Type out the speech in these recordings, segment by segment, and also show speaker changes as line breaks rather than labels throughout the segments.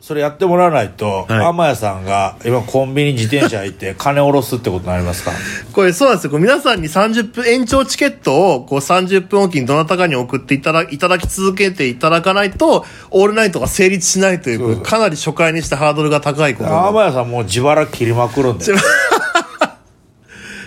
それやってもらわないと、
はい
天谷さんが今コンビニ自転車行って金下ろすってことになりますか
これそうなんですよ。こう皆さんに30分、延長チケットをこう30分おきにどなたかに送っていただ、いただき続けていただかないと、オールナイトが成立しないという、これかなり初回にしてハードルが高いことが
天谷さんもう自腹切りまくるんで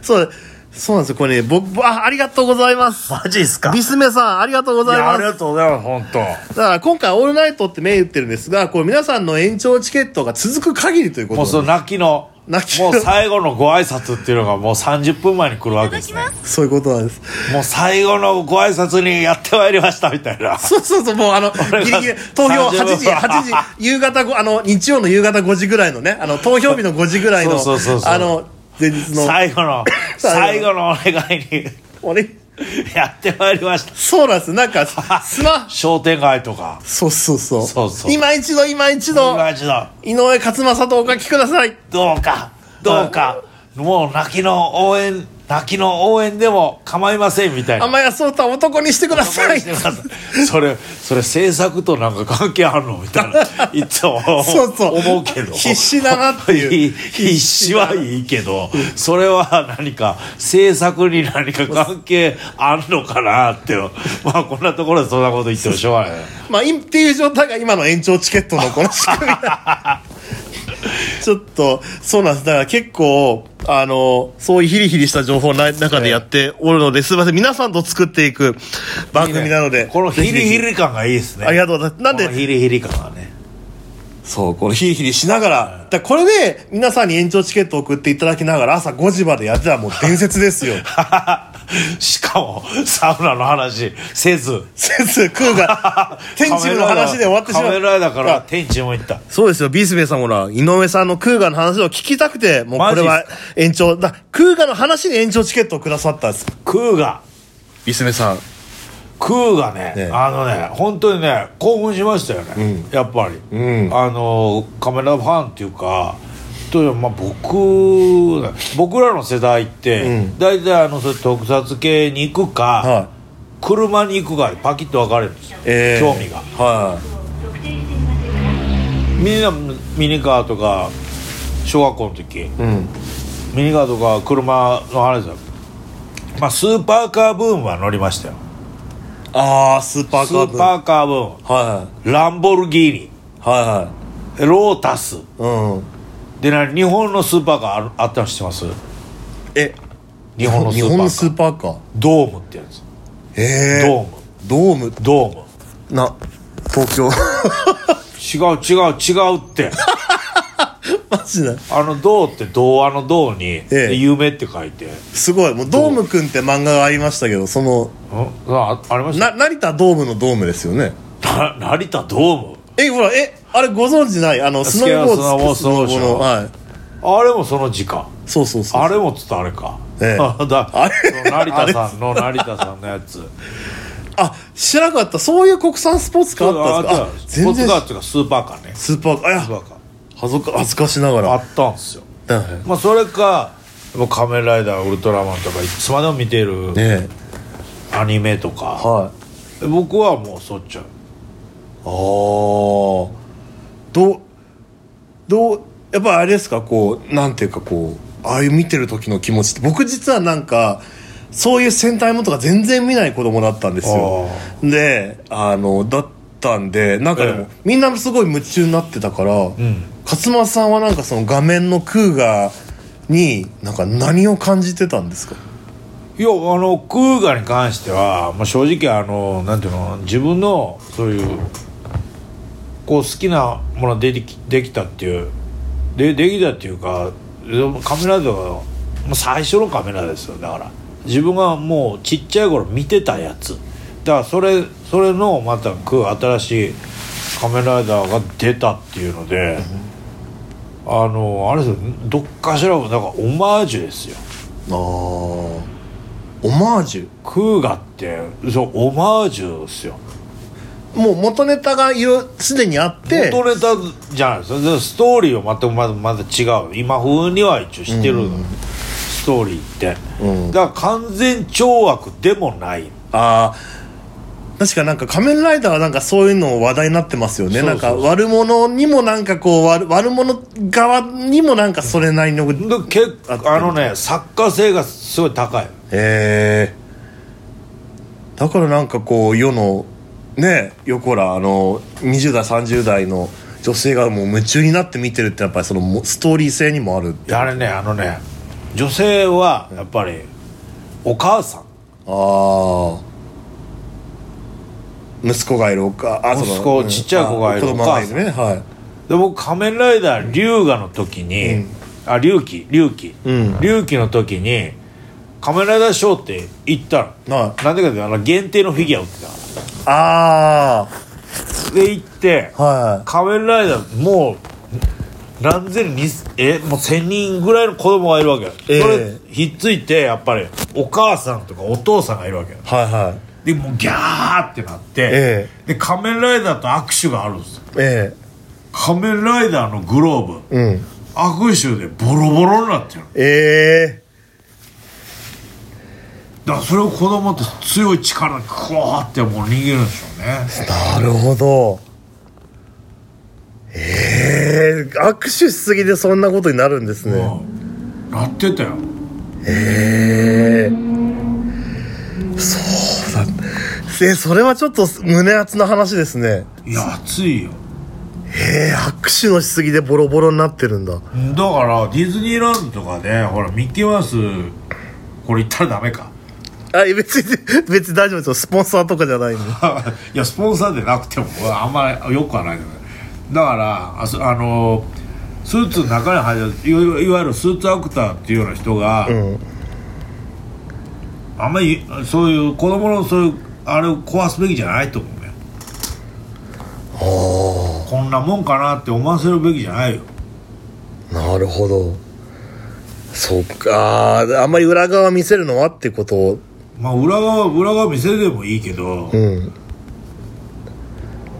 そう、そうなんですよ。これね、僕、あ、ありがとうございます。
マジっすか
ビスメさん、ありがとうご
い
ざい
やあ
ます
り。がとうございます本当
だから今回オールナイトって銘打ってるんですが、これ皆さんの延長チケットが続く限りというこ
もうそ
と
の泣きの
泣きの
もう最後のご挨拶っていうのがもう30分前に来るわけですね
そういうことなんです。
もう最後のご挨拶にやってまいりましたみたい な
そうそうそう、もうあの、
俺が
ギリギリ、投票
30
8時、8時、 夕方ご、あの、日曜の夕方5時ぐらいのね、あの、投票日の5時ぐらいの、
そうそうそうそう
あの、前日の、
最後の最
最
後のお願いに
俺、
やってまいりました
そうなんですな んか、すま、
商店街とか
そうそうそう。
そうそう
今一度、今一度、
今一度
井上勝正とお書きください。
どうかどうかもう泣きの応援泣きの応援でも構いませんみたいな
天谷聡太を男にしてください。
それそれ制作となんか関係あるのみたい ないつも
そうそう
思うけど
必死だなってい う
必死はいいけどそれは何か制作に何か関係あんのかなってまあこんなところでそんなこと言ってもしょうがない
まあ、いっていう状態が今の延長チケットのこの仕組みだ ちょっと、そうなんです。だから結構、あの、そういうヒリヒリした情報の中でやっておるので、すいません。皆さんと作っていく番組なので。
このヒリヒ
リ。
リ感がいいですね
ありがとうございます。なん
この
で、
ヒリヒリ感がね
そう、このヒリヒリしながら、だからこれで皆さんに延長チケットを送っていただきながら、朝5時までやってたらもう伝説です よ。
しかもサウナの話せず
先生、空が、天地の話で終わってしまう。
カメラ屋だから天地も行った
そうですよ、ビースメイさんもな、井上さんのクーガの話を聞きたくて、もうこ
マ
れ
ジ
は延長、だクーガの話に延長チケットをくださったんです。
空が
ビースメイさん。
クーがね
ね
あのね本当にね興奮しましたよね、やっぱり、
うん
あのカメラファンっていうかというまあ僕僕らの世代って、
うん
大体あのそういう特撮系に行くか、
は
車に行くかでパキッと分かれるんですよ、
えー
興味が
い。は
みんなミニカーとか小学校の時、
い。うん。
ミニカーとか車の話だまあスーパーカーブームは乗りましたよ
あー、スーパー
ス
カー
ー
ブ。
パーカーブーム
は
ランボルギーニ
いは
ロータス
い。はい。うん。
でな日本のスーパーカーあるあったの知ってます
え、
日本のス
日
ーパーカ
本の
ー
スーパーカー。
ドームってやつ、ド
え
ーム
ー。ドーム。
ドーム
な、東京。
違う違う違うって
マジで。
あの「銅」って童話の「銅」に「
ええ
で夢」って書いてん
すごい。もう、ドームくんって漫画がありましたけど、その、
あありました
な、成田ドームのドームですよね。
な成田ドーム
え、ほら、え、あれご存知ないあの、スノーボード
スノーボードスノーボード
はい。
あれもその時間
そうそうそう。
あれもっつったらあれか、
ええ
あ だ
あれ
その成田さんの成田さんのやつ
あ、知らなかった。 そういう国産スポーツカーあったんです
ス
か
ポー
あ、全
ツ
然
カーっていうかスーパーカーねス
スーパーカー、あ、いや
ーパーカー
恥ずか、恥ずかしなが
あ
ら。
ったんですよ
だ
まあそれかもう仮面ライダーウルトラマンとかいつまでも見てる
ね
アニメとか、
はい。
僕はもうそっちゃう
あー。どう、どう、やっぱりあれですか、こう、なんていうかこう、ああいう見てる時の気持ちって、僕実はなんか、そういう戦隊ものとか全然見ない子供だったんですよ。で、あの、だったんで、なんかでも、
ええ
みんなすごい夢中になってたから、
ん
勝間さんはなんかその画面のクーガーに、なんか何を感じてたんですか
いやあのクーガに関しては、まあ、正直あのなんていうの自分のそういうこう好きなものでできできたっていうでできたっていうかでもカメライダーがもう最初のカメラですよだから自分がもうちっちゃい頃見てたやつだからそれそれのまたクー新しいカメライダーが出たっていうので、あのあれですよどっかしらなんかオマージュですよ
ああオマージュ
クーガってそうオマージュですよ
もう元ネタがいろすでにあって
元ネタじゃないですよでストーリーは全くまだまだ違う今風には一応してるの、ストーリーって、
うん
だから完全懲悪でもない
ああ確かなんか仮面ライダーはなんかそういうの話題になってますよ
そう
ね
そう
なんか悪者にもなんかこう悪悪者側にもなんかそれなりの、
で結あのね作家性がすごい高い
えー、だからなんかこう世のねよこらあの20代30代の女性がもう夢中になって見てるってやっぱりそのもストーリー性にもある
いやあれねあのね女性はやっぱりお母さん
ああ息子がいるおかあその
息子
うん
ちっちゃい子がいる
あ子供がいるねはい
で僕仮面ライダー龍河の時に、
うん
あ龍騎龍騎
うん
龍騎の時に仮面ライダーショーって行ったの
は
なんでかってあの限定のフィギュア売ってたか
あ
らで行って
あは
仮面ライダーもう何千人えもう1000人ぐらいの子供がいるわけよ、
ええ
それひっついてやっぱりお母さんとかお父さんがいるわけよ
いはいはい
でもうギャーってなって、
え
で仮面ライダーと握手があるんですよ
え
仮面ライダーのグローブ
えうん
握手でボロボロになってる
ええ
だからそれを子供って強い力でクワーってもう逃げるんでしょうね
なるほどええ握手しすぎでそんなことになるんですね
うんなってたよ
ええそうだえそれはちょっと胸熱な話ですね
いや熱いよ
ええ握手のしすぎでボロボロになってるんだ
だからディズニーランドとかでほらミッキーマウスこれ言ったらダメか
あ別に別に大丈夫ですよスポンサーとかじゃないんで
いやスポンサーでなくてもあんまりよくはないけどねだからあそあのスーツの中に入るいわいわゆるスーツアクターっていうような人が、
ん
あんまりそういう子供のそういうあれを壊すべきじゃないと思うねこんなもんかなって思わせるべきじゃないよ
なるほどそうかあーあんまり裏側見せるのはってことを
まあ裏側裏側見せてもいいけど、
うん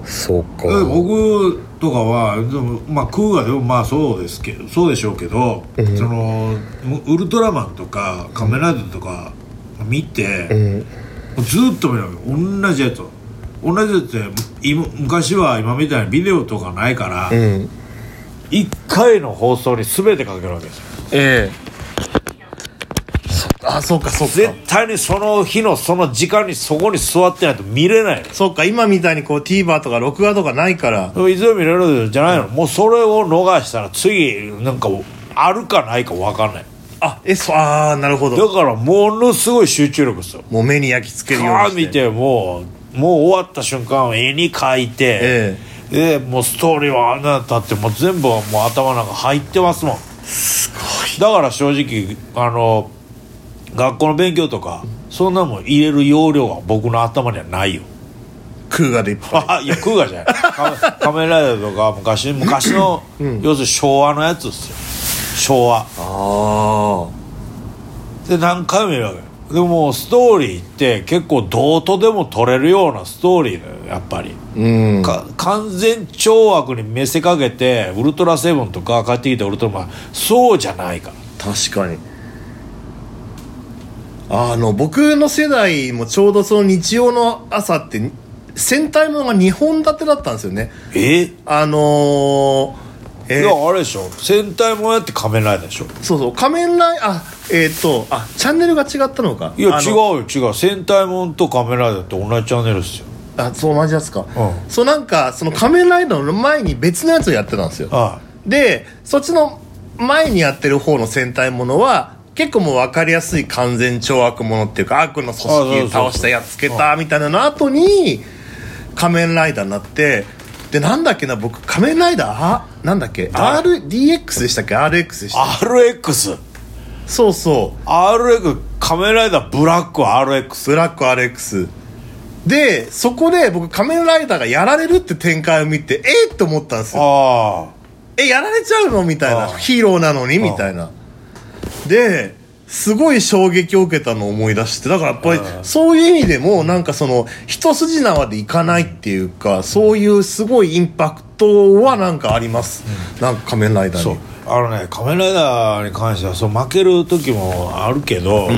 そうか
え僕とかはでもまあクーガでもまあそうですけどそうでしょうけど、そのウウルトラマンとか仮面ライダーとか見て、
うん
ずっと見る同じやつを同じやつって今昔は今みたいにビデオとかないから、
うん
一1回の放送に全てかけるわけですよ
ええそあそうかそうか
絶対にその日のその時間にそこに座ってないと見れない
そうか今みたいにこう TVer とか録画とかないから
いつでも見れるじゃないの、もうそれを逃したら次なんかあるかないか分かんない
あえそうああなるほ
だ
ど
からものすごい集中力ですよ
もう目に焼き付けるよう
あ
にして
見てもうもう終わった瞬間絵に描いて、で
え
もうストーリーはあなたってもう全部もう頭なんか入ってますもん
すごい
だから正直あの学校の勉強とかそんなもん入れる容量が僕の頭にはないよ
クーガでいっぱい
あいやクーガじゃない仮仮面ライダーとか昔昔の、要するに昭和のやつですよ昭和
あ
で何回も見るわけよでもストーリーって結構どうとでも取れるようなストーリーだよやっぱり
うん
か完全懲悪に見せかけてウルトラセブンとか帰ってきたウルトラマンそうじゃないから
確かにあの僕の世代もちょうどその日曜の朝って戦隊ものが2本立てだったんですよね
えい
あのー、えー
やあれでしょ戦隊もやって仮面ライダーでしょ
そうそう仮面ライあえっ、とあチャンネルが違ったのか
いや
あの
違うよ違う戦隊もんと仮面ライダーって同じチャンネルですよ
あそう同じやつか、
ん
そうなんかその仮面ライダーの前に別のやつをやってたんですよ
あ
でそっちの前にやってる方の戦隊ものは結構もう分かりやすい完全懲悪者っていうか悪の組
あそうそう
織
そう
倒したやっつけたみたいなの後に仮面ライダーになってでなんだっけな僕仮面ライダーあなんだっけ RDX でしたっけ RX でしたっ
RXRX
けそうそう
仮面ライダーブラックは RX
ブラック RX でそこで僕仮面ライダーがやられるって展開を見てえっと思ったんですよ
あ
えやられちゃうのみたいな
ああ
ヒーローなのにみたいなですごい衝撃を受けたのを思い出してだからやっぱりそういう意味でもなんかその一筋縄でいかないっていうかそういうすごいインパクトはなんかあります、なんか仮面ライダ
あ
ー
そう
に
あのね仮面ライダーに関してはそう負ける時もあるけど、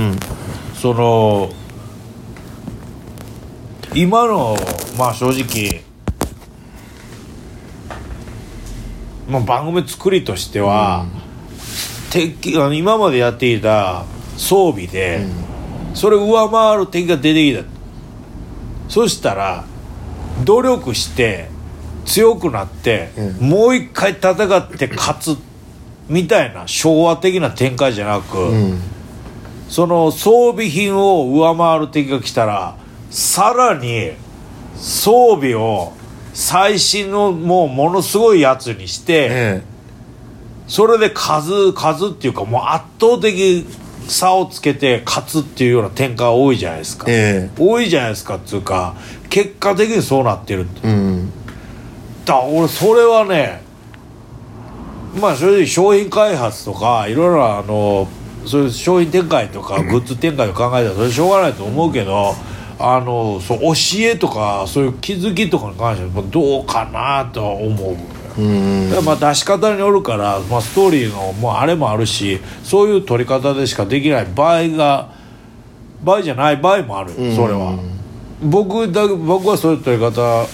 その今のまあ正直まあ番組作りとしては、てっきあの今までやっていた装備で、それを上回る敵が出てきたそしたら努力して強くなって、
う
もう一回戦って勝つみたいな昭和的な展開じゃなく、
うん
その装備品を上回る敵が来たらさらに装備を最新のもうものすごいやつにして、
え
それで数数っていうかもう圧倒的差をつけて勝つっていうような展開が多いじゃないですか、
え
多いじゃないですかっていうか結果的にそうなってる
えうん
だ俺それはねまあ正直商品開発とかいろいろなあのそういう商品展開とかグッズ展開を考えたらそれしょうがないと思うけどあのそう教えとかそういう気づきとかに関してはもうどうかなとは思う。
うん
だからまあ出し方によるから、まあ、ストーリーのもうあれもあるしそういう取り方でしかできない場合が場合じゃない場合もあるそれは僕だ僕はそういう取り方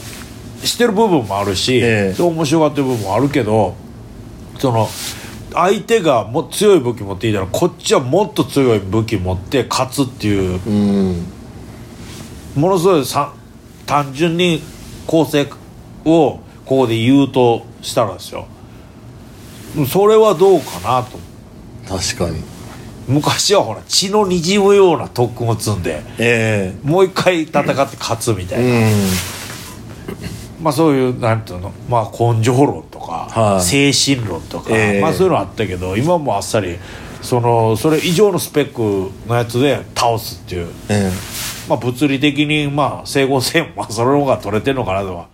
してる部分もあるし、
ええ
そう面白がってる部分もあるけどその相手がも強い武器持っていたらこっちはもっと強い武器持って勝つっていう
うん
ものすごいさ単純に構成をここで言うとしたらですよそれはどうかなと
確かに
昔はほら血のにじむような特訓を積んで
え
もう一回戦って勝つみたい
え
な、まあそういうなんていうの、まあ、根性論とか、
は
精
い
神論とか、
ええ
まあ、そういうのあったけど今もあっさりそのそれ以上のスペックのやつで倒すっていう、
うんええ
まあ、物理的にまあ整合性もまあその方が取れてるのかなとは